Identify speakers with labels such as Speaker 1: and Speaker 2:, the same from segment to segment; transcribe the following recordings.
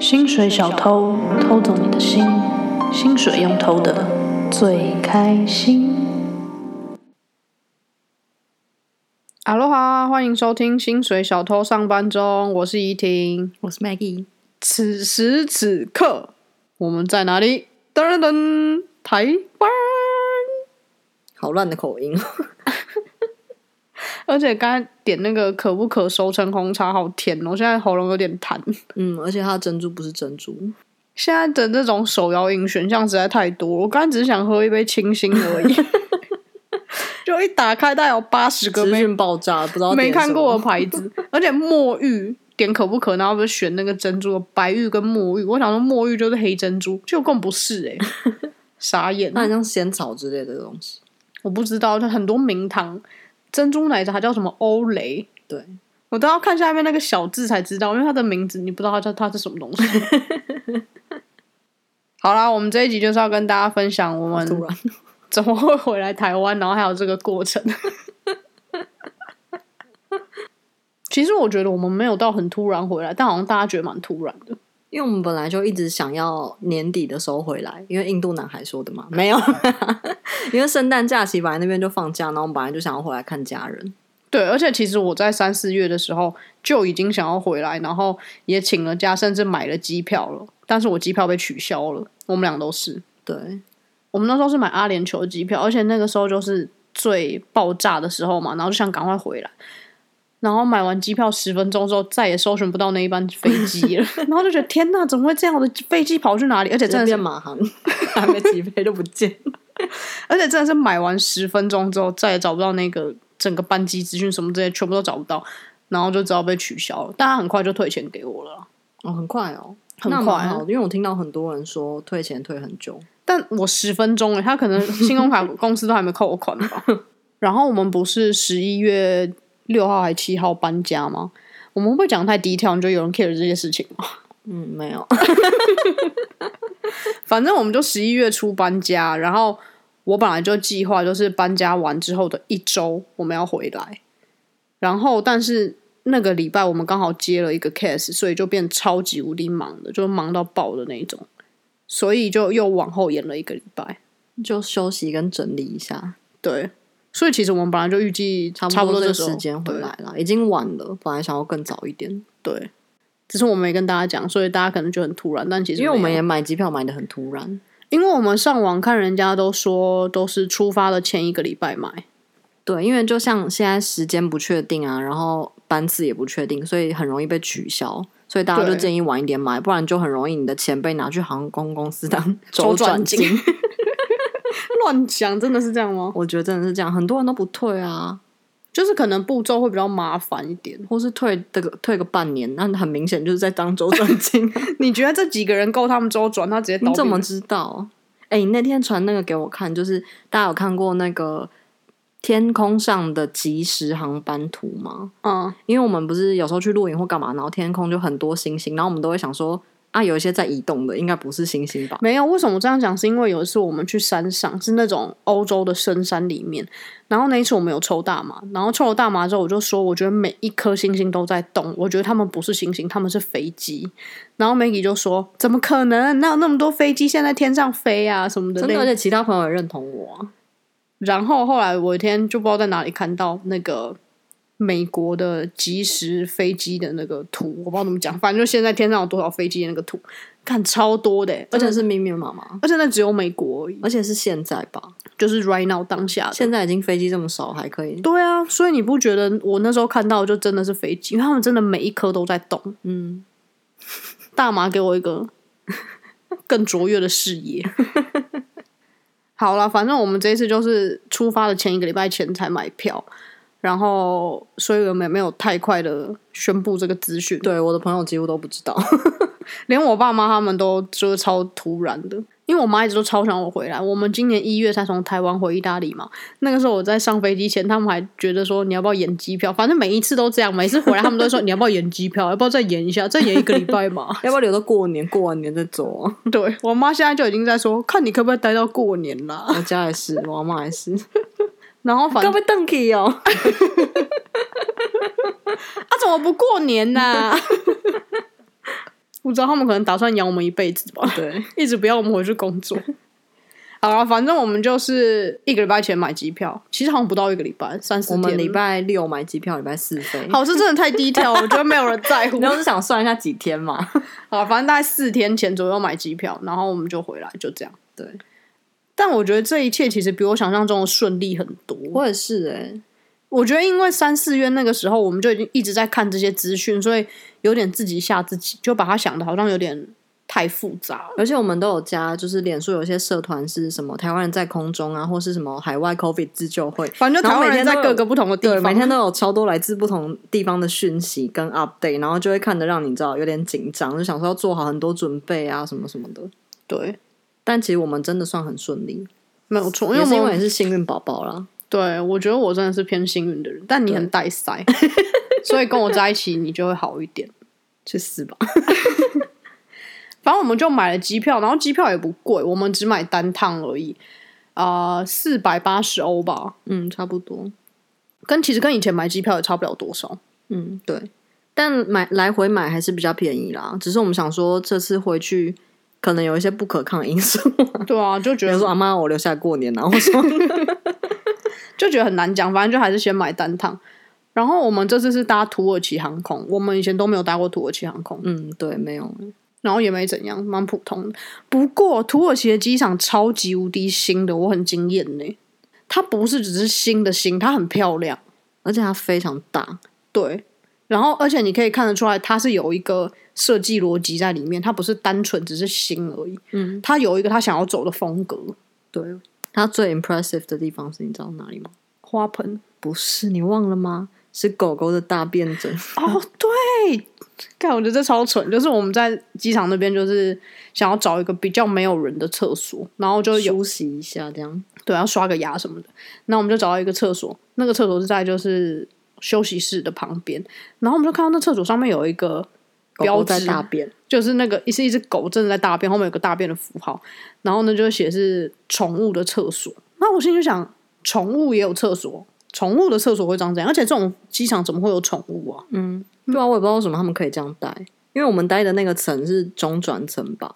Speaker 1: 薪水小偷偷走你的心，薪水用偷的最开心。
Speaker 2: 哈喽哈，欢迎收听《薪水小偷上班中》，我是怡婷。
Speaker 1: 我是 Maggie，
Speaker 2: 此时此刻，我们在哪里？噔噔噔，台湾。
Speaker 3: 好烂的口音，
Speaker 2: 而且刚才点那个可不可熟成红茶，好甜哦！现在喉咙有点痰。
Speaker 3: 嗯，而且它的珍珠不是珍珠，
Speaker 2: 现在的那种手摇饮选项实在太多了，我刚才只是想喝一杯清新而 已，就一打开，大概有八十个
Speaker 3: 资
Speaker 2: 没
Speaker 3: 讯爆炸，不知道
Speaker 2: 没
Speaker 3: 点什么
Speaker 2: 看过的牌子，而且墨玉点可不可，然后不是选那个珍珠的白玉跟墨玉，我想说墨玉就是黑珍珠，结果根本不是哎、傻眼
Speaker 3: 它！很像仙草之类的东西。
Speaker 2: 我不知道，就很多名堂珍珠奶茶叫什么欧蕾，
Speaker 3: 对，
Speaker 2: 我都要看下面那个小字才知道，因为它的名字你不知道它叫它是什么东 西。好啦，我们这一集就是要跟大家分享我们
Speaker 3: 突然，
Speaker 2: 怎么会回来台湾，然后还有这个过程。其实我觉得我们没有到很突然回来，但好像大家觉得蛮突然的。
Speaker 3: 因为我们本来就一直想要年底的时候回来，因为印度男孩说的 嘛，没有，因为圣诞假期本来那边就放假，然后我们本来就想要回来看家人。
Speaker 2: 对，而且其实我在三四月的时候就已经想要回来，然后也请了假，甚至买了机票了，但是我机票被取消了。我们俩都是，
Speaker 3: 对，
Speaker 2: 我们那时候是买阿联酋的机票，而且那个时候就是最爆炸的时候嘛，然后就想赶快回来。然后买完机票十分钟之后，再也搜寻不到那一班飞机了。然后就觉得天呐，怎么会这样？我的飞机跑去哪里？而且真
Speaker 3: 这
Speaker 2: 的
Speaker 3: 变
Speaker 2: 是，
Speaker 3: 马航， 还没起飞就不见。
Speaker 2: 而且真的是买完十分钟之后，再也找不到那个整个班机资讯什么这些，全部都找不到。然后就只好被取消了，但他很快就退钱给我了啦。
Speaker 3: 哦，很快哦，
Speaker 2: 很
Speaker 3: 那
Speaker 2: 快
Speaker 3: 蛮好的，因为我听到很多人说退钱退很久，
Speaker 2: 但我十分钟哎，他可能信用卡公司都还没扣我款吧。然后我们不是十一月六号还七号搬家吗？我们会不会讲得太低调？你觉得有人 care 这些事情吗？
Speaker 3: 嗯，没有，
Speaker 2: 反正我们就十一月初搬家，然后我本来就计划就是搬家完之后的一周我们要回来，然后但是那个礼拜我们刚好接了一个 case，所以就变超级无敌忙的，就忙到爆的那一种，所以就又往后延了一个礼拜。
Speaker 3: 就休息跟整理一下。
Speaker 2: 对，所以其实我们本来就预计
Speaker 3: 差
Speaker 2: 不
Speaker 3: 不
Speaker 2: 这
Speaker 3: 多这
Speaker 2: 个
Speaker 3: 个
Speaker 2: 时候
Speaker 3: 时间回来了，已经晚了。本来想要更早一点，
Speaker 2: 对。对，只是我没跟大家讲，所以大家可能就很突然。但其实
Speaker 3: 因为我们
Speaker 2: 没有
Speaker 3: 也买机票买的很突然，
Speaker 2: 因为我们上网看人家都说都是出发的前一个礼拜买，
Speaker 3: 对，因为就像现在时间不确定啊，然后班次也不确定，所以很容易被取消。所以大家就
Speaker 2: 对
Speaker 3: 建议晚一点买，不然就很容易你的钱被拿去航空公司当 周
Speaker 2: 转
Speaker 3: 转
Speaker 2: 金
Speaker 3: 金。
Speaker 2: 乱讲真的是这样吗？
Speaker 3: 我觉得真的是这样，很多人都不退啊，
Speaker 2: 就是可能步骤会比较麻烦一点。
Speaker 3: 或是退这个退个半年，那很明显就是在当周转金啊、
Speaker 2: 你觉得这几个人够他们周转，他直接倒闭
Speaker 3: 你怎么
Speaker 2: 了
Speaker 3: 知道？哎、你那天传那个给我看，就是大家有看过那个天空上的即时航班图吗？
Speaker 2: 嗯，
Speaker 3: 因为我们不是有时候去露营或干嘛，然后天空就很多星星，然后我们都会想说啊，有一些在移动的，应该不是星星吧？
Speaker 2: 没有，为什么这样讲？是因为有一次我们去山上，是那种欧洲的深山里面，然后那一次我们有抽大麻，然后抽了大麻之后，我就说，我觉得每一颗星星都在动，我觉得他们不是星星，他们是飞机。然后 Maggie 就说：“怎么可能？哪有那么多飞机现在天上飞啊什么的
Speaker 3: 真
Speaker 2: 类
Speaker 3: 的，而且其他朋友也认同我啊、
Speaker 2: 然后后来我有一天就不知道在哪里看到那个美国的即时飞机的那个图，我不知道怎么讲，反正就现在天上有多少飞机的那个图，看超多的欸、而
Speaker 3: 而
Speaker 2: 且
Speaker 3: 且是密密麻麻，
Speaker 2: 而且那只有美国而已，
Speaker 3: 而且是现在吧？
Speaker 2: 就是 right now 当下的。
Speaker 3: 现在已经飞机这么少，还可以，
Speaker 2: 对啊，所以你不觉得我那时候看到就真的是飞机，因为他们真的每一颗都在动。
Speaker 3: 嗯，
Speaker 2: 大麻给我一个 更卓越的视野。 好了，反正我们这一次就是出发的前一个礼拜前才买票，然后所以我们也没有太快的宣布这个资讯，
Speaker 3: 对，我的朋友几乎都不知道，
Speaker 2: 连我爸妈他们都就是超突然的，因为我妈一直都超想我回来。我们今年一月才从台湾回意大利嘛，那个时候我在上飞机前，他们还觉得说你要不要延机票，反正每一次都这样，每次回来他们都会说你要不要延机票，要不要再延一下，再延一个礼拜嘛。
Speaker 3: 要不要留到过年？过完年再走啊？
Speaker 2: 对我妈现在就已经在说，看你可不可以待到过年啦。
Speaker 3: 我家也是，我阿妈也 是，
Speaker 2: 然后反
Speaker 3: 各
Speaker 2: 正
Speaker 3: 位邓 k 哦。
Speaker 2: 啊，怎么不过年呢、我知道他们可能打算养我们一辈子吧，
Speaker 3: 对，
Speaker 2: 一直不要我们回去工作。 好了，反正我们就是一个礼拜前买机票，其实好像不到一个礼拜，三四
Speaker 3: 我
Speaker 2: 天。
Speaker 3: 们礼拜六买机票，礼拜四飞。
Speaker 2: 好，这真的太低调，我觉得没有人在乎
Speaker 3: 你。要是想算一下几天嘛？
Speaker 2: 好，反正大概四天前左右买机票，然后我们就回来，就这样。
Speaker 3: 对，
Speaker 2: 但我觉得这一切其实比我想象中的顺利很多。
Speaker 3: 我也是哎、
Speaker 2: 我觉得因为三四月那个时候，我们就已经一直在看这些资讯，所以有点自己吓自己，就把它想的好像有点太复杂了。
Speaker 3: 而且我们都有加，就是脸书有一些社团是什么台湾人在空中啊，或是什么海外 COVID 自救会，
Speaker 2: 反正就台湾人在
Speaker 3: 然后每天都有
Speaker 2: 各个不同的地
Speaker 3: 对，
Speaker 2: 方，
Speaker 3: 每天都有超多来自不同地方的讯息跟 update，然后就会看得让你知道有点紧张，就想说要做好很多准备啊，什么什么的。
Speaker 2: 对，
Speaker 3: 但其实我们真的算很顺利，
Speaker 2: 没有错，因为
Speaker 3: 也
Speaker 2: 我
Speaker 3: 是
Speaker 2: 们
Speaker 3: 因为你是幸运宝宝啦。
Speaker 2: 对我觉得我真的是偏幸运的人，但你很带塞，所以跟我在一起你就会好一点。
Speaker 3: 去死吧！
Speaker 2: 反正我们就买了机票，然后机票也不贵，我们只买单趟而已，啊，四百八十欧吧，
Speaker 3: 嗯，差不多。
Speaker 2: 跟其实跟以前买机票也差不了多少。
Speaker 3: 嗯，对。但买来回买还是比较便宜啦，只是我们想说这次回去可能有一些不可抗因素，
Speaker 2: 对啊，就
Speaker 3: 比
Speaker 2: 觉
Speaker 3: 如说
Speaker 2: 得
Speaker 3: 阿妈我留下来过年啊，然后说
Speaker 2: 就觉得很难讲，反正就还是先买单趟。然后我们这次是搭土耳其航空，我们以前都没有搭过土耳其航空，
Speaker 3: 嗯，对，没有，
Speaker 2: 然后也没怎样，蛮普通的。不过土耳其的机场超级无敌新的，我很惊艳呢。它不是只是新的新，它很漂亮。
Speaker 3: 而且它非常大，
Speaker 2: 对，然后而且你可以看得出来，它是有一个设计逻辑在里面，它不是单纯只是新而已，
Speaker 3: 嗯，
Speaker 2: 它有一个它想要走的风格。
Speaker 3: 对。它最 impressive 的地方是你知道哪里吗？
Speaker 2: 花盆
Speaker 3: 不是，你忘了吗？是狗狗的大便 枕，
Speaker 2: 哦，对，但我觉得这超蠢，就是我们在机场那边就是想要找一个比较没有人的厕所，然后就有
Speaker 3: 休息一下这样。
Speaker 2: 对要刷个牙什么的，那我们就找到一个厕所，那个厕所是在就是休息室的旁边，然后我们就看到那厕所上面有一个
Speaker 3: 狗
Speaker 2: 标
Speaker 3: 狗在
Speaker 2: 志
Speaker 3: 大便，
Speaker 2: 就是那个是一只狗正在大便，后面有个大便的符号，然后呢就写是宠物的厕所。那我心里就想，宠物也有厕所，宠物的厕所会长怎样？而且这种机场怎么会有宠物啊？
Speaker 3: 嗯，对啊，我也不知道为什么他们可以这样带，因为我们待的那个层是中转层吧？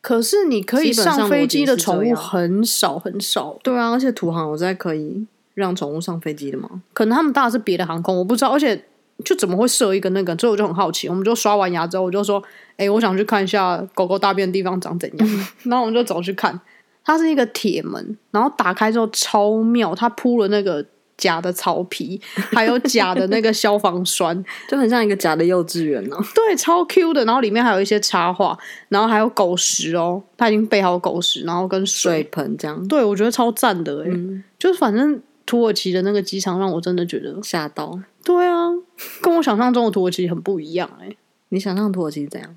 Speaker 2: 可是你可以
Speaker 3: 基本上
Speaker 2: 上飞机的宠
Speaker 3: 逻辑
Speaker 2: 物
Speaker 3: 是这样
Speaker 2: 很少很少，
Speaker 3: 对啊，而且土航有在可以让宠物上飞机的吗？
Speaker 2: 可能他们搭的是别的航空，我不知道，而且。就怎么会设一个那个？所以我就很好奇。我们就刷完牙之后，我就说：“哎、我想去看一下狗狗大便的地方长怎样。”然后我们就走去看，它是一个铁门，然后打开之后超妙，它铺了那个假的草皮， 还有假的那个消防栓，
Speaker 3: 就很像一个假的幼稚园哦呢、
Speaker 2: 对，超 Q 的。然后里面还有一些插画，然后还有狗食哦，它已经备好狗食，然后跟水。
Speaker 3: 水盆这样，
Speaker 2: 对，我觉得超赞的哎、
Speaker 3: 嗯，
Speaker 2: 就是反正土耳其的那个机场让我真的觉得，
Speaker 3: 吓到
Speaker 2: 对啊，跟我想象中的土耳其很不一样哎、
Speaker 3: 你想象土耳其是怎样？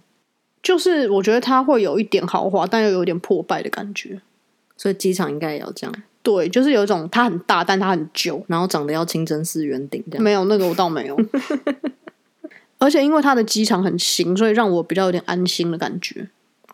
Speaker 2: 就是我觉得它会有一点豪华，但又有点破败的感觉。
Speaker 3: 所以机场应该也要这样，
Speaker 2: 对，就是有一种它很大，但它很旧。
Speaker 3: 然后长得要清真寺圆顶这样。
Speaker 2: 没有那个我倒没 有，而且因为它的机场很新，所以让我比较有点安心的感觉。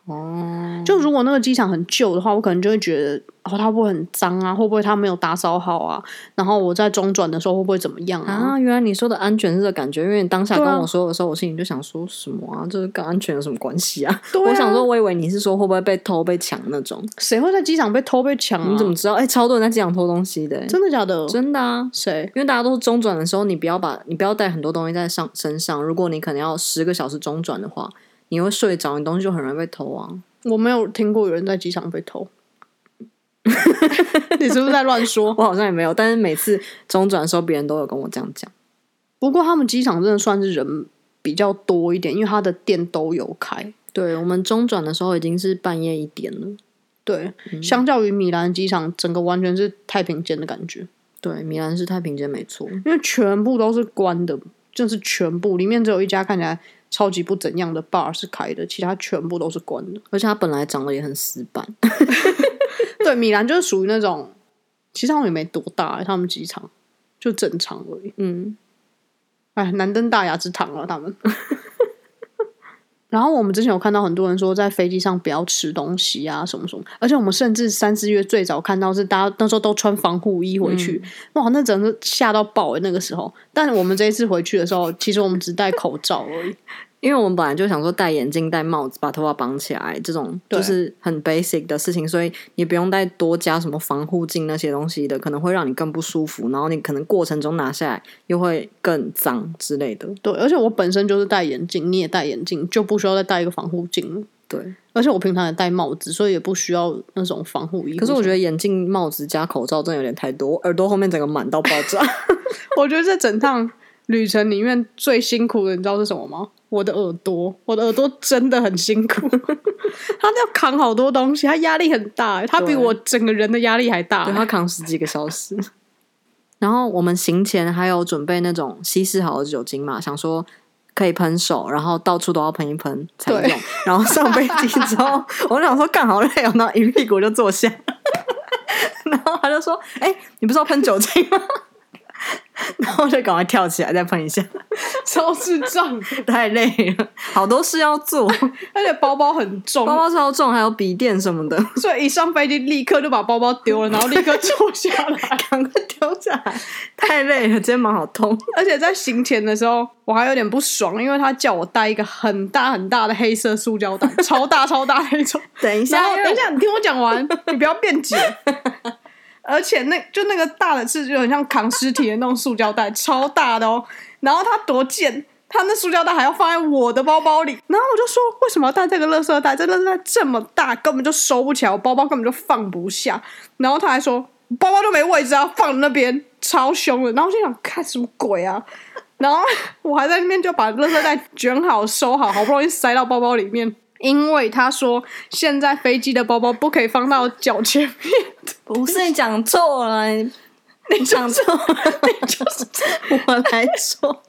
Speaker 3: 哦，
Speaker 2: 就如果那个机场很旧的话，我可能就会觉得哦，它会不会很脏啊？会不会它没有打扫好啊？然后我在中转的时候会不会怎么样啊？
Speaker 3: 啊，原来你说的安全是这个感觉，因为你当下
Speaker 2: 对
Speaker 3: 跟
Speaker 2: 啊
Speaker 3: 我说的时候，我心里就想说什么啊，这跟安全有什么关系啊？
Speaker 2: 对啊
Speaker 3: 我想说，我以为你是说会不会被偷被抢那种，
Speaker 2: 谁会在机场被偷被抢、啊？
Speaker 3: 你怎么知道？哎、超多人在机场偷东西的、欸
Speaker 2: 真的假的？
Speaker 3: 真的啊。
Speaker 2: 谁？
Speaker 3: 因为大家都是中转的时候，你不要把你不要带很多东西在上身上。如果你可能要十个小时中转的话，你会睡着，你东西就很容易被偷啊。
Speaker 2: 我没有听过有人在机场被偷。 你是不是在乱说？
Speaker 3: 我好像也没有，但是每次中转的时候，别人都有跟我这样讲。
Speaker 2: 不过他们机场真的算是人比较多一点，因为他的店都有开。
Speaker 3: 对我们中转的时候已经是半夜一点了。
Speaker 2: 对，相较于米兰机场，整个完全是太平间的感觉，
Speaker 3: 对，米兰是太平间没错，
Speaker 2: 因为全部都是关的，就是全部里面只有一家看起来超级不怎样的 bar 是开的，其他全部都是关的。
Speaker 3: 而且它本来长得也很死板。
Speaker 2: 对，米兰就是属于那种，其实他们也没多大、欸他们机场就正常而已。
Speaker 3: 嗯，
Speaker 2: 哎，难登大雅之堂了，他们。 然后我们之前有看到很多人说，在飞机上不要吃东西啊，什么什么。而且我们甚至三四月最早看到是大家那时候都穿防护衣回去，
Speaker 3: 嗯
Speaker 2: 哇，那整个吓到爆、欸、那个时候。但我们这一次回去的时候，其实我们只戴口罩而已。
Speaker 3: 因为我们本来就想说戴眼镜、戴帽子、把头发绑起来，这种
Speaker 2: 对
Speaker 3: 就是很 basic 的事情，所以你不用再多加什么防护镜那些东西的，可能会让你更不舒服，然后你可能过程中拿下来又会更脏之类的。
Speaker 2: 对，而且我本身就是戴眼镜，你也戴眼镜，就不需要再戴一个防护镜了。
Speaker 3: 对，
Speaker 2: 而且我平常也戴帽子，所以也不需要那种防护衣。
Speaker 3: 可是我觉
Speaker 2: 得，
Speaker 3: 得眼镜、帽子加口罩真的有点太多，耳朵后面整个满到爆炸。
Speaker 2: 我觉得这整趟旅程里面最辛苦的，你知道是什么吗？我的耳朵，我的耳朵真的很辛苦， 他要扛好多东西，他压力很大，欸他比
Speaker 3: 对
Speaker 2: 我整个人的压力还大欸
Speaker 3: 对。他扛十几个小时。 然后我们行前还有准备那种稀释好的酒精嘛，想说可以喷手，然后到处都要喷一喷才
Speaker 2: 对
Speaker 3: 用。然后上飞机之后，我就想说干好累哦，然后一屁股就坐下。 然后他就说：“哎、你不是要喷酒精吗？” 然后我就赶快跳起来再喷一下，
Speaker 2: 超智障，
Speaker 3: 太累了，好多事要 做，
Speaker 2: 而且包包很重，
Speaker 3: 包包超重，还有笔电什么的，
Speaker 2: 所以一上飞机立刻就把包包丢了，然后立刻坐下来。
Speaker 3: 赶快丢下来，太累了，肩膀好痛。
Speaker 2: 而且在行前的时候，我还有点不爽，因为他叫我带一个很大很大的黑色塑胶袋，超大超大那种。
Speaker 3: 等一
Speaker 2: 然
Speaker 3: 下，
Speaker 2: 后
Speaker 3: 因为
Speaker 2: 等一下，你听我讲完，你不要辩解。而且那就那个大的是就很像扛尸体的那种塑胶袋，超大的哦。 然后他多贱，他那塑胶袋还要放在我的包包里。然后我就说，为什么要带这个垃圾袋？这垃圾袋这么大，根本就收不起来，我包包根本就放不下。然后他还说，包包都没位置啊，放你那边，超凶的。 然后我就想，看什么鬼啊？ 然后我还在那边就把垃圾袋卷好、收好，好不容易塞到包包里面。因为他说现在飞机的包包不可以放到脚前面，
Speaker 3: 不是你讲错了，你你讲错了，你就是我来说，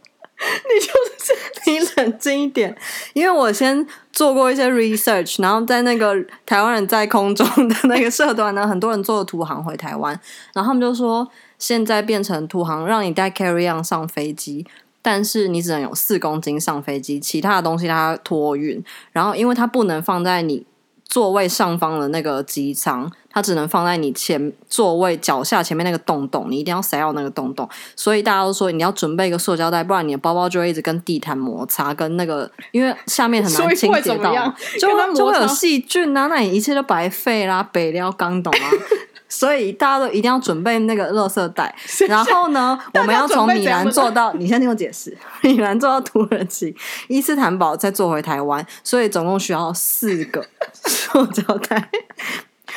Speaker 3: 你就是你冷静一点，因为我先做过一些 research，然后在那个台湾人在空中的那个社团呢，很多人做了土航回台湾，然后他们就说现在变成土航让你带 carry on 上飞机。但是你只能有四公斤上飞机，其他的东西它托运。然后，因为它不能放在你座位上方的那个机舱，它只能放在你前座位脚下前面那个洞洞，你一定要塞到那个洞洞。所以大家都说你要准备一个塑胶袋，不然你的包包就会一直跟地毯摩擦，跟那个因为下面很
Speaker 2: 所
Speaker 3: 难
Speaker 2: 以
Speaker 3: 清
Speaker 2: 会
Speaker 3: 洁
Speaker 2: 怎么
Speaker 3: 到
Speaker 2: 样
Speaker 3: 嘛，就
Speaker 2: 跟它摩
Speaker 3: 会就会有
Speaker 2: 擦
Speaker 3: 细菌啊，那你一切都白费啦，北撩刚懂啊。 所以大家都一定要准备那个垃圾袋， 然后 呢，我
Speaker 2: 大
Speaker 3: 们
Speaker 2: 家
Speaker 3: 要
Speaker 2: 准
Speaker 3: 从
Speaker 2: 备
Speaker 3: 米
Speaker 2: 怎样
Speaker 3: 兰
Speaker 2: 的
Speaker 3: 坐到，你先听我解释，米兰坐到土耳其，伊斯坦堡再坐回台湾，所以总共需要四 个塑胶袋。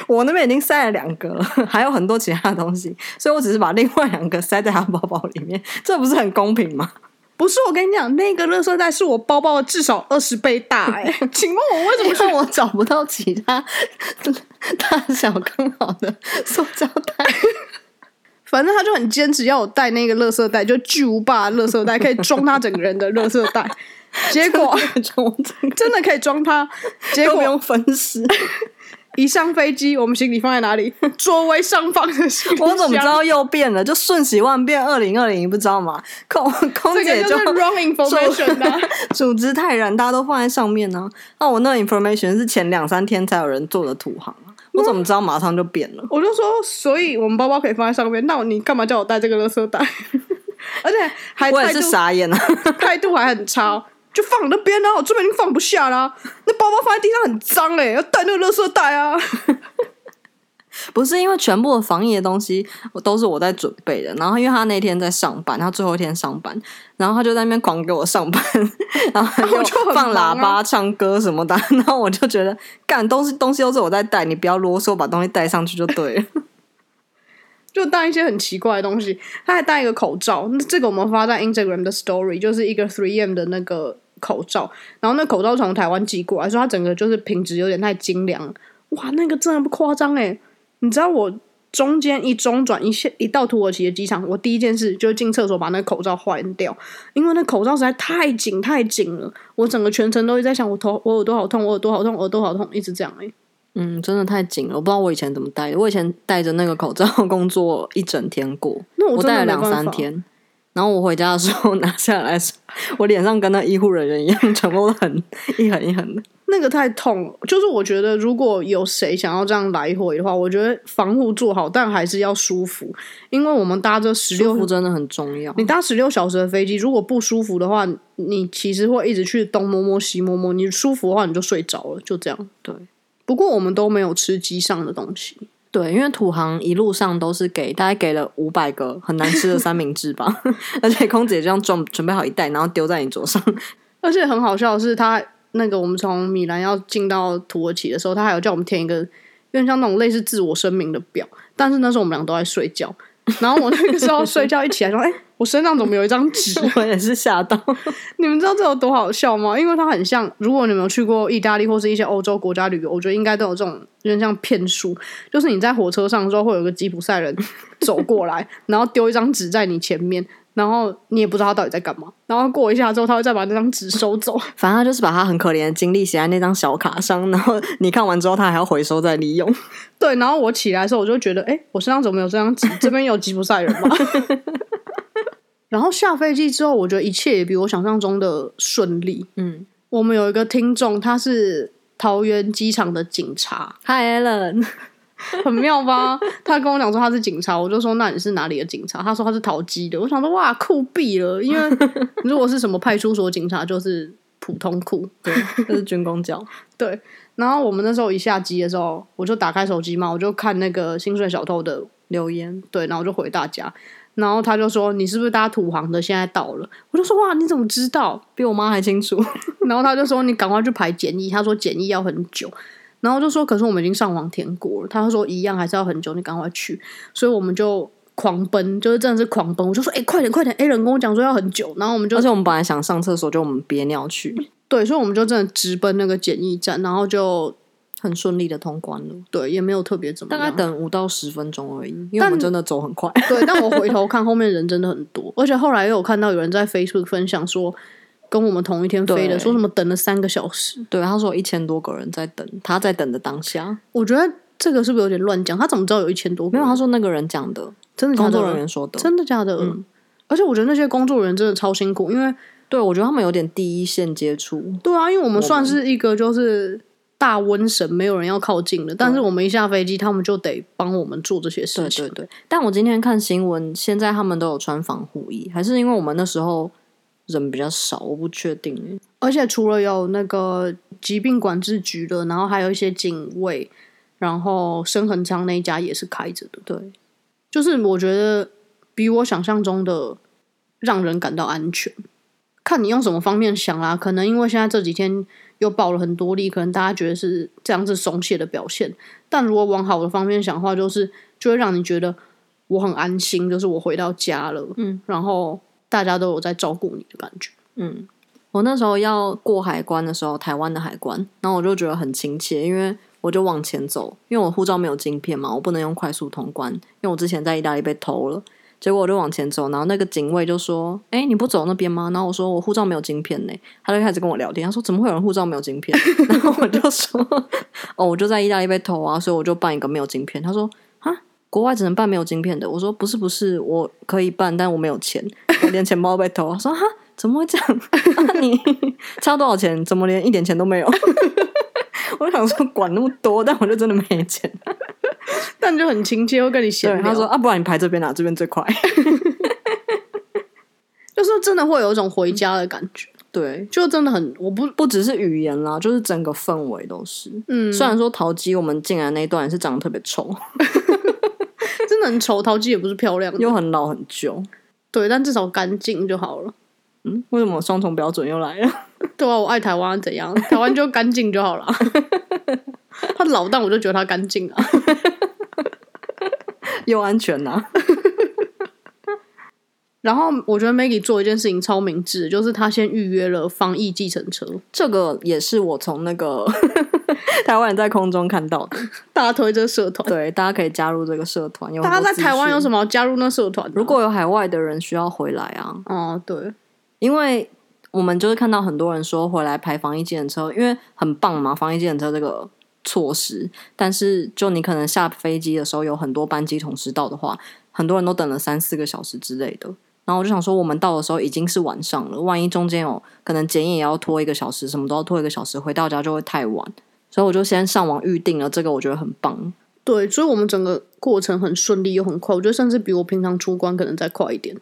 Speaker 3: 我那边已经塞了两个了，还有很多其他的东西，所以我只是把另外两个塞在他包包里面，这不是很公平吗？
Speaker 2: 不是我跟你讲，那个垃圾袋是我包包的至少二十倍大哎、 请问我为什
Speaker 3: 因
Speaker 2: 么去
Speaker 3: 为我找不到其他大小更好的塑胶袋，
Speaker 2: 反正他就很坚持要我带那个垃圾袋，就巨无霸的垃圾袋，可以装他整个人的垃圾 袋。结果
Speaker 3: 就我整个
Speaker 2: 真的可以装他，结
Speaker 3: 都不
Speaker 2: 果
Speaker 3: 用分尸。
Speaker 2: 一上飞机，我们行李放在哪 里？座位上方的行李箱。
Speaker 3: 我怎么知道又变了？就瞬息万变，二零二零，你不知道吗？空 空
Speaker 2: 这
Speaker 3: 姐
Speaker 2: 个就是 wrong information 的啊、
Speaker 3: 组织泰然，大家都放在上面呢、那我那 information 是前两三天才有人做的土行啊，我怎么知道马上就变了？
Speaker 2: 我就说，所以我们包包可以放在上面，那你干嘛叫我带这个垃圾袋？ 而且还
Speaker 3: 我也
Speaker 2: 态
Speaker 3: 是
Speaker 2: 度
Speaker 3: 傻眼啊！
Speaker 2: 态度还很差，就放那边啊，我这边已经放不下啦、那包包放在地上很脏哎、要带那个垃圾袋啊。
Speaker 3: 不是因为全部的防疫的东西我都是我在准备的，然后因为他那天在上班，他最后一天上班，然后他就在那边狂给我上班， 然后他
Speaker 2: 我就很
Speaker 3: 放喇
Speaker 2: 忙
Speaker 3: 叭、
Speaker 2: 啊
Speaker 3: 唱歌什么的，然后我就觉得干东西东西都是我在带，你不要啰嗦，把东西带上去就对了。
Speaker 2: 就带一些很奇怪的东西，他还带一个口罩。那这个我们发在 Instagram 的 Story，就是一个 Three M 的那个口罩。然后那口罩从台湾寄过来，说它整个就是品质有点太精良了。哇，那个真的不夸张诶！你知道我中间一中转一下一到土耳其的机场，我第一件事就是进厕所把那个口罩换掉，因为那口罩实在太紧太紧了。我整个全程都一直在想，我头我耳朵好痛，我耳朵好痛，我耳朵好痛，一直这样欸诶。
Speaker 3: 嗯，真的太紧了，我不知道我以前怎么 戴的。我以前戴着那个口罩工作一整天过，
Speaker 2: 那
Speaker 3: 我
Speaker 2: 真的没
Speaker 3: 戴了两
Speaker 2: 办
Speaker 3: 三
Speaker 2: 法。
Speaker 3: 天，然后我回家的时候 拿下来的时候，我脸上跟那医护人员一样， 全部都很一横一横的。
Speaker 2: 那个太痛了，就是我觉得如果有谁想要这样来回的话，我觉得防护做好，但还是要舒服，因为我们搭这十
Speaker 3: 舒服
Speaker 2: 六，
Speaker 3: 真的很重要。
Speaker 2: 你搭十六小时的飞机，如果不舒服的话，你其实会一直去东摸摸西摸摸，你舒服的话你就睡着了，就这样。
Speaker 3: 对
Speaker 2: 不过我们都没有吃机上的东西，
Speaker 3: 对，因为土航一路上都是给，大概给了五百个很难吃的三明治吧， 而且空姐这样准准备好一袋，然后丢在你桌上。
Speaker 2: 而且很好笑的是，他那个我们从米兰要进到土耳其的时候，他还有叫我们填一个有点像那种类似自我声明的表，但是那时候我们俩都在睡觉。然后我那个时候睡觉一起来说：“哎、 我身上怎么有一张纸？”
Speaker 3: 我也是吓到，
Speaker 2: 你们知道这有多好笑吗？因为它很像，如果你们有去过意大利或是一些欧洲国家旅游，我觉得应该都有这种有点像骗术，就是你在火车上的时候会有个吉普赛人走过来，然后丢一张纸在你前面，然后你也不知道他到底在干嘛，然后过一下之后他会再把那张纸收走。
Speaker 3: 反正他就是把他很可怜的经历写在那张小卡上，然后你看完之后，他还要回收再利用。
Speaker 2: 对，然后我起来的时候，我就觉得，哎，我身上怎么有这张纸？这边有吉普赛人吗？ 然后下飞机之后，我觉得一切也比我想象中的顺利。
Speaker 3: 嗯，
Speaker 2: 我们有一个听众，他是桃园机场的警察，
Speaker 3: Hi Alan，
Speaker 2: 很妙吧？他跟我讲说他是警察，我就说那你是哪里的警毙察？他说他是桃机的，我想说哇酷毙了，因为如果是什么派出所警察就是普通酷，对。
Speaker 3: 这是军工教。
Speaker 2: 对，然后我们那时候一下机的时候，我就打开手机嘛，我就看那个薪水小偷的留言，对，然后我就回大家，然后他就说你是不是搭土航的？现在到了，我就说哇，你怎么知道？
Speaker 3: 比我妈还清楚，
Speaker 2: 然后他就说你赶快去排检疫，他说检疫要很久，然后我就说可是我们已经上网填过了，他就说一样还是要很久，你赶快去，所以我们就。狂奔就是真的是狂奔，我就说哎、快点快点！哎、人跟我讲说要很久，然后我们就
Speaker 3: 而且我们本来想上厕所，就我们憋尿去，
Speaker 2: 对，所以我们就真的直奔那个检疫站，然后就
Speaker 3: 很顺利的通关了，
Speaker 2: 对也没有特别怎么
Speaker 3: 大
Speaker 2: 样，
Speaker 3: 概等五到十分钟而已，因为
Speaker 2: 但
Speaker 3: 我们真的走很快。
Speaker 2: 对，但我回头看后面人真的很多，而且后来又有看到有人在 Facebook 分享说，跟我们同一天飞的，
Speaker 3: 对
Speaker 2: 说什么等了三个小时。
Speaker 3: 对，他说一千多个人在等，他在等的当下，
Speaker 2: 我觉得这个是不是有点乱讲？他怎么知道有一千多个
Speaker 3: 没
Speaker 2: 人？
Speaker 3: 有，他说那个人讲的，
Speaker 2: 真的假
Speaker 3: 工
Speaker 2: 的
Speaker 3: 作人员说的。
Speaker 2: 真的假的？而且我觉得那些工作人员真的超辛苦，因为
Speaker 3: 对，我觉得他们有点第一线接触，
Speaker 2: 对啊，因为我们算是一个就是大瘟神，没有人要靠近的，但是我们一下飞机，他们就得帮我们做这些事
Speaker 3: 对
Speaker 2: 情。
Speaker 3: 对对。但我今天看新闻，现在他们都有穿防护衣，还是因为我们那时候人比较少，我不确定。欸
Speaker 2: 而且除了有那个疾病管制局的，然后还有一些警卫，然后深恒昌那一家也是开着的。
Speaker 3: 对，
Speaker 2: 就是我觉得比我想象中的让人感到安全。看你用什么方面想啦、可能因为现在这几天又爆了很多例，可能大家觉得是这样是松懈的表现。但如果往好的方面想的话，就是就会让你觉得我很安心，就是我回到家了，
Speaker 3: 嗯，
Speaker 2: 然后大家都有在照顾你的感觉。
Speaker 3: 嗯，我那时候要过海关的时候，台湾的海关，然后我就觉得很亲切，因为我就往前走，因为我护照没有晶片嘛，我不能用快速通关，因为我之前在意大利被偷了。结果我就往前走，然后那个警卫就说：“哎、你不走那边吗？”然后我说：“我护照没有晶片呢。”他就开始跟我聊天，他说：“怎么会有人护照没有晶片？” 然后我就说：“哦，我就在意大利被偷啊，所以我就办一个没有晶片。”他说：“啊，国外只能办没有晶片的。”我说：“不是不是，我可以办，但我没有钱，我连钱包被偷。”他说：“哈，怎么会 这样？啊、你 差多少钱？怎么连一点钱都没有？ 我想说管那么多，但我就真的没钱。
Speaker 2: 但就很亲切，会跟你闲
Speaker 3: 对，
Speaker 2: 聊。
Speaker 3: 他说啊，不然你排这边啦、这边最快。
Speaker 2: 就是真的会有一种回家的感觉，
Speaker 3: 嗯对，
Speaker 2: 就真的很，我不，
Speaker 3: 不只是语言啦，就是整个氛围都是。
Speaker 2: 嗯，
Speaker 3: 虽然说淘机我们进来那一段也是长得特别丑，
Speaker 2: 真的很丑，淘气也不是漂亮的，
Speaker 3: 又很老很旧。
Speaker 2: 对，但至少干净就好了。
Speaker 3: 嗯，为什么双重标准又来了？
Speaker 2: 对啊，我爱台湾怎样？ 台湾就干净就好了。 他老，但我就觉得他干净啊。
Speaker 3: 又安全呐、
Speaker 2: 然后我觉得 Maggie 做一件事情超明智，就是他先预约了防疫计程车，
Speaker 3: 这个也是我从那个 台湾人在空中看到 的。
Speaker 2: 大推这社团。
Speaker 3: 对，大家可以加入这个社团。有很
Speaker 2: 大家
Speaker 3: 多
Speaker 2: 在台湾
Speaker 3: 资讯
Speaker 2: 有什么好加入那社团的啊？
Speaker 3: 如果有海外的人需要回来啊，
Speaker 2: 哦，对，
Speaker 3: 因为我们就是看到很多人说回来排防疫计程车，因为很棒嘛，防疫计程车这个措施。但是就你可能下飞机的时候，有很多班机同时到的话，很多人都等了三四个小时之类的。然后我就想说，我们到的时候已经是晚上了，万一中间有可能检验也要拖一个小时，什么都要拖一个小时，回到家就会太晚。所以我就先上网预定了，这个我觉得很棒。
Speaker 2: 对，所以我们整个过程很顺利又很快，我觉得甚至比我平常出关可能再快一点，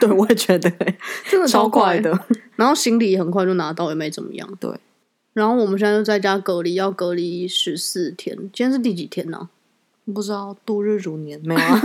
Speaker 3: 对，我也 觉得、欸、
Speaker 2: 真的
Speaker 3: 超
Speaker 2: 快
Speaker 3: 快。 的。
Speaker 2: 然后行李也很快就拿到，也没怎么样。
Speaker 3: 对，
Speaker 2: 然后我们现在就在家隔离，要隔离十四天。今天是第几天呢、
Speaker 3: 不知道度日如年没有啊？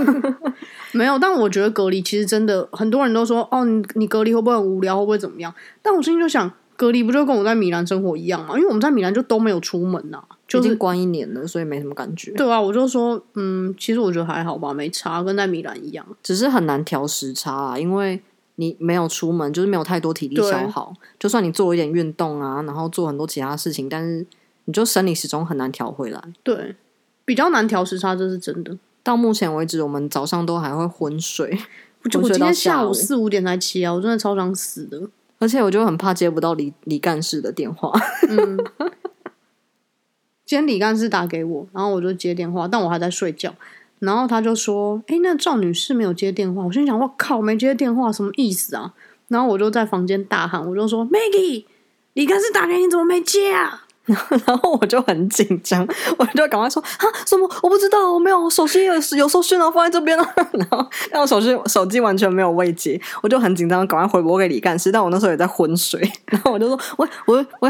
Speaker 2: 没有，但我觉得隔离其实真的很多人都说，哦，你你隔离会不会很无聊，会不会怎么样？但我心里就想，隔离不就跟我在米兰生活一样吗？因为我们在米兰就都没有出门呐、 啊就
Speaker 3: 已
Speaker 2: 是
Speaker 3: 经关一年了，所以没什么感觉，
Speaker 2: 对啊，我就说，嗯，其实我觉得还好吧，没差，跟在米兰一样。
Speaker 3: 只是很难调时差、啊，因为你没有出门，就是没有太多体力
Speaker 2: 对
Speaker 3: 消耗。就算你做一点运动啊，然后做很多其他事情，但是你就生理时钟很难调回来。
Speaker 2: 对，比较难调时差，这是真的。
Speaker 3: 到目前为止，我们早上都还会昏睡，
Speaker 2: 我就
Speaker 3: 昏
Speaker 2: 我
Speaker 3: 睡
Speaker 2: 今
Speaker 3: 到
Speaker 2: 天下
Speaker 3: 午
Speaker 2: 午，四五点才起啊，我真的超想死的。
Speaker 3: 而且我就很怕接不到李李干事的电话。
Speaker 2: 嗯，今天李干事打给我，然后我就接电话，但我还在睡觉。然后他就说：“诶，那赵女士没有接电话。”我心想：“我靠，没接电话什么意思啊？”然后我就在房间大喊：“我就说，Maggie，李干事打给你怎么没接啊
Speaker 3: 然后我就很紧张，我就赶快说啊什么我不知道，我没有我手机有有搜讯了，放在这边了。 然后但我手机手机完全没有未接，我就很紧张，赶快回拨给李干事，但我那时候也在昏睡， 然后我就说喂喂喂，？”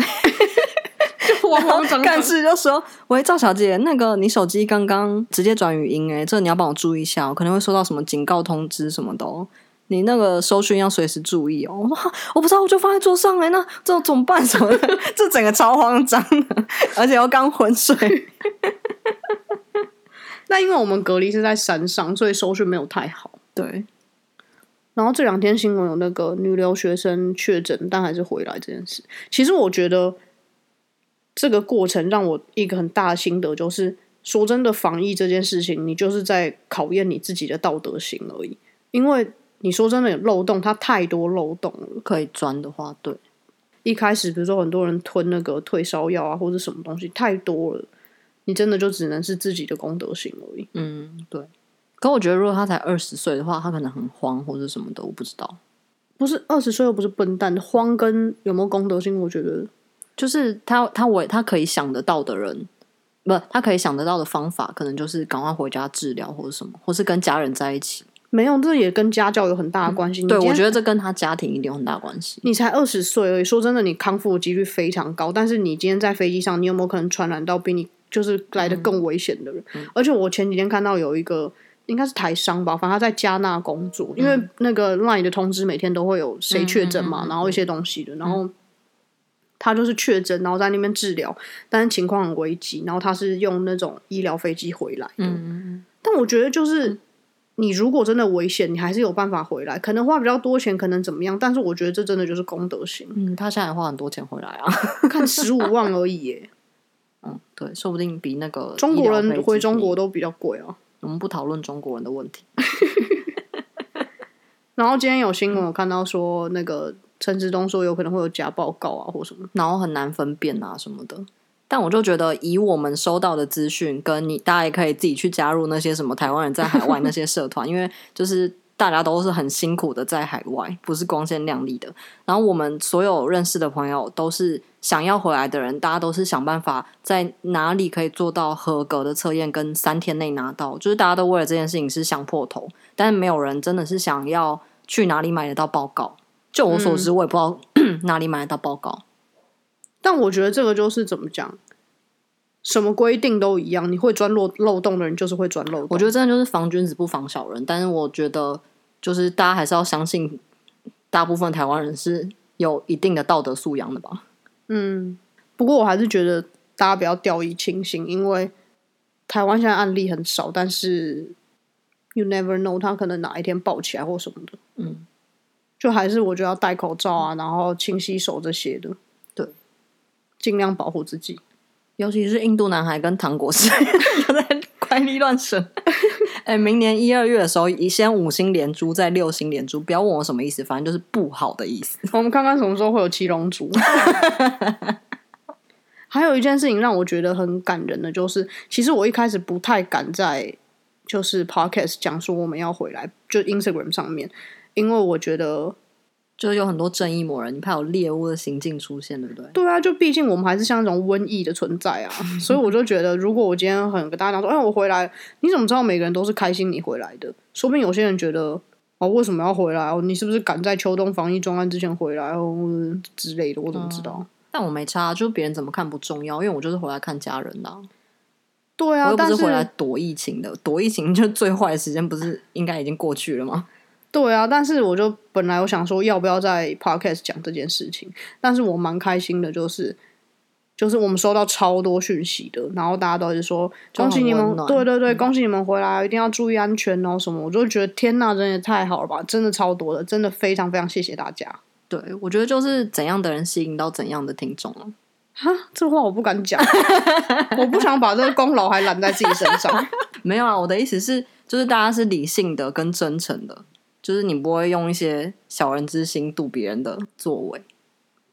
Speaker 2: 我
Speaker 3: 然后干事就说喂赵小姐，那个你手机刚刚直接转语音哎、欸，这你要帮我注意一下，我可能会收到什么警告通知什么的哦。你那个搜讯要随时注意哦！我说哈我不知道，我就放在桌上哎、那这怎么办什么的？ 这整个超慌张的，而且又刚昏睡。
Speaker 2: 那因为我们隔离是在山上，所以收讯没有太好。
Speaker 3: 对，
Speaker 2: 然后这两天新闻有那个女留学生确诊，但还是回来这件事，其实我觉得这个过程让我一个很大的心得就是，说真的，防疫这件事情，你就是在考验你自己的道德心而已。因为你说真的有漏洞，它太多漏洞了。
Speaker 3: 可以钻的话，对，
Speaker 2: 一开始比如说很多人吞那个退烧药啊，或者什么东西，太多了，你真的就只能是自己的公德心而已。
Speaker 3: 嗯，对。可我觉得，如果他才二十岁的话，他可能很慌或者什么的，我不知道。
Speaker 2: 不是二十岁又不是笨蛋，慌跟有没有公德心，我觉得
Speaker 3: 就是他，他我他可以想得到的人，不，他可以想得到的方法，可能就是赶快回家治疗或者什么，或是跟家人在一起。
Speaker 2: 没有，这也跟家教有很大的关系。
Speaker 3: 嗯对，我觉
Speaker 2: 得
Speaker 3: 得这跟他家庭一定有很大关系。
Speaker 2: 你才二十岁而已，说真的，你康复的几率非常高。但是你今天在飞机上，你有没有可能传染到比你就是来
Speaker 3: 嗯
Speaker 2: 的更危险的人？而且我前几天看到有一个。应该是台商吧，反正他在加纳工作，因
Speaker 3: 嗯
Speaker 2: 为那个 LINE 的通知每天都会有谁确诊嘛，然后
Speaker 3: 嗯
Speaker 2: 一些东西的，然后他就是确诊，然后在那边治疗，但是情况很危急，然后他是用那种医疗飞机回来的，
Speaker 3: 嗯，，
Speaker 2: 但我觉得就是，你如果真的危险，你还是有办法回来，可能花比较多钱，可能怎么样，但是我觉得这真的就是功德心
Speaker 3: 嗯，他现在花很多钱回来啊。
Speaker 2: 看十五万而已耶，
Speaker 3: 嗯，对，说不定比那个
Speaker 2: 中国
Speaker 3: 医疗
Speaker 2: 人
Speaker 3: 费
Speaker 2: 回
Speaker 3: 之
Speaker 2: 中
Speaker 3: 比
Speaker 2: 国，都比较贵哦、
Speaker 3: 我们不讨论中国人的问题。
Speaker 2: 然后今天有新闻我看到说，那个陈时东说有可能会有假报告啊，或什么，
Speaker 3: 然后很难分辨啊什么的。但我就觉得，以我们收到的资讯，跟你大家也可以自己去加入那些什么台湾人在海外那些社团，因 为就是大家都是很辛苦的在海外，不是光鲜亮丽的。然后我们所有认识的朋友都是想要回来的人，大家都是想办法在哪里可以做到合格的测验，跟三天内拿到，就是大家都为了这件事情是想破头，但是没有人真的是想要去哪里买得到报告。就我所知，我也不知道、 哪里买得到报告。
Speaker 2: 但我觉得这个就是怎么讲，什么规定都一样，你会钻漏漏洞的人就是会钻漏洞，
Speaker 3: 我觉得真的就是防君子不防小人，但是我觉得就是大家还是要相信，大部分台湾人是有一定的道德素养的吧。
Speaker 2: 嗯，不过我还是觉得大家不要掉以轻心，因为台湾现在案例很少，但是 you never know，他可能哪一天爆起来或什么的。
Speaker 3: 嗯，
Speaker 2: 就还是我觉得要戴口罩啊，然后勤洗手这些的。
Speaker 3: 对，
Speaker 2: 尽量保护自己。
Speaker 3: 尤其是印度男孩跟糖果师 有在怪力乱神。哎、明年一二月的时候，一先五星连珠，再六星连珠，不要问我什么意思，反正就是不好的意思。
Speaker 2: 我们看看什么时候会有七龙珠。 还有一件事情让我觉得很感人的，就是其实我一开始不太敢在就是 podcast 讲说我们要回来，就 Instagram 上面，因为我觉得，
Speaker 3: 就是有很多正义魔人，你怕有猎物的行径出现，对不对？
Speaker 2: 对啊，就毕竟我们还是像一种瘟疫的存在 啊，所以我就觉得，如果我今天很跟大家讲说，哎，我回来了，你怎么知道每个人都是开心你回来的？说不定有些人觉得，哦，为什么要回来？哦，你是不是赶在秋冬防疫专案之前回来哦之类的？我怎么知道？
Speaker 3: 但我没差，啊就是别人怎么看不重要，因为我就是回来看家人的啊、
Speaker 2: 对
Speaker 3: 我
Speaker 2: 啊
Speaker 3: 又，不
Speaker 2: 但
Speaker 3: 是
Speaker 2: 是
Speaker 3: 回来躲疫情的，躲疫情就最坏的时间，不是应该已经过去了吗？
Speaker 2: 对啊，但是我就本来我想说要不要在 podcast 讲这件事情，但是我蛮开心的，就是就是我们收到超多讯息的，然后大家都是说
Speaker 3: 就很
Speaker 2: 恭喜你们
Speaker 3: 温，暖嗯
Speaker 2: 对对对，恭喜你们回来，一定要注意安全哦什么，我就觉得天呐，真的太好了吧，真的超多的，真的非常非常谢谢大家。
Speaker 3: 对，我觉得就是怎样的人吸引到怎样的听众了。
Speaker 2: 哈，这话我不敢 讲，我不想把这个功劳还揽在自己身上。
Speaker 3: 没有啊，我的意思是，就是大家是理性的跟真诚的，就是你不会用一些小人之心度别人的作为。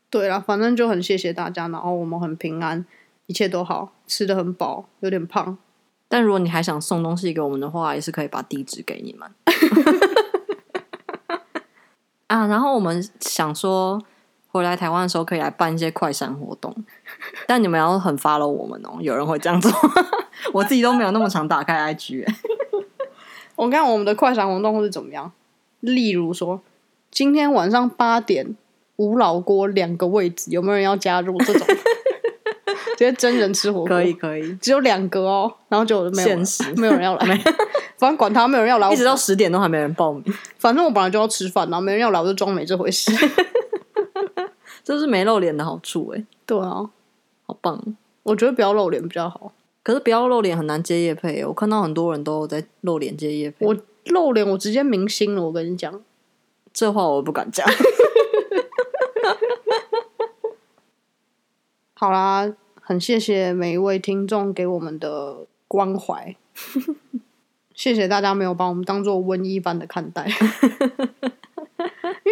Speaker 2: 对啦，反正就很谢谢大家，然后我们很平安，一切都好，吃的很饱，有点胖。
Speaker 3: 但如果你还想送东西给我们的话，也是可以把地址给你们。 啊，然后我们想说，回来台湾的时候可以来办一些快闪活动，但你们要很 follow 我们哦，有人会这样做， 我自己都没有那么常打开 IG，欸
Speaker 2: 我看我们的快闪活动会是怎么样？例如说，今天晚上八点，无老锅两个位置，有没有人要加入？这种 直接真人吃火锅，
Speaker 3: 可以，可以，
Speaker 2: 只有两个哦，然后就没有人
Speaker 3: 限时
Speaker 2: 没有人要来，反正管他，没有人要来，
Speaker 3: 一直到十点都还没人报名，
Speaker 2: 反正我本来就要吃饭，然啊后没人要来，我就装没这回事。
Speaker 3: 这是没露脸的好处哎、欸
Speaker 2: 对啊，
Speaker 3: 好棒哦！
Speaker 2: 我觉得不要露脸比较好。
Speaker 3: 可是不要露脸很难接夜配欸、我看到很多人都有在露脸接夜配，
Speaker 2: 我露脸，我直接明星了，我跟你讲。
Speaker 3: 这话我不敢讲。
Speaker 2: 好啦，很谢谢每一位听众给我们的关怀， 谢谢大家没有把我们当做瘟疫般的看 待，因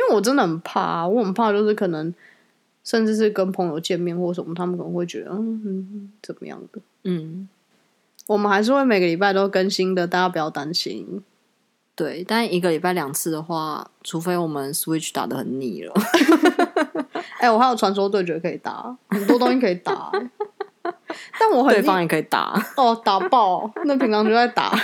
Speaker 2: 为我真的很怕、啊我很怕就是可能甚至是跟朋友见面或什么，他们可能会觉得嗯嗯怎么样的，
Speaker 3: 嗯，
Speaker 2: 我们还是会每个礼拜都更新的，大家不要担心。
Speaker 3: 对，但一个礼拜两次的话，除非我们 Switch 打的很腻了，
Speaker 2: 哎、我还有传说对决可以打，很多东西可以打、欸 但哦我很
Speaker 3: 对
Speaker 2: 意
Speaker 3: 方也可以打。
Speaker 2: 哦，打爆！那平常就在打，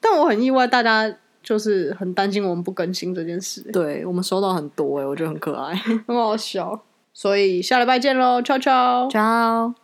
Speaker 2: 但我很意外，大家就是很担心我们不更新这件事，
Speaker 3: 对我们收到很 多哎、我觉得很可爱。
Speaker 2: 很好笑。所以下礼拜见喽，悄悄。
Speaker 3: ciao。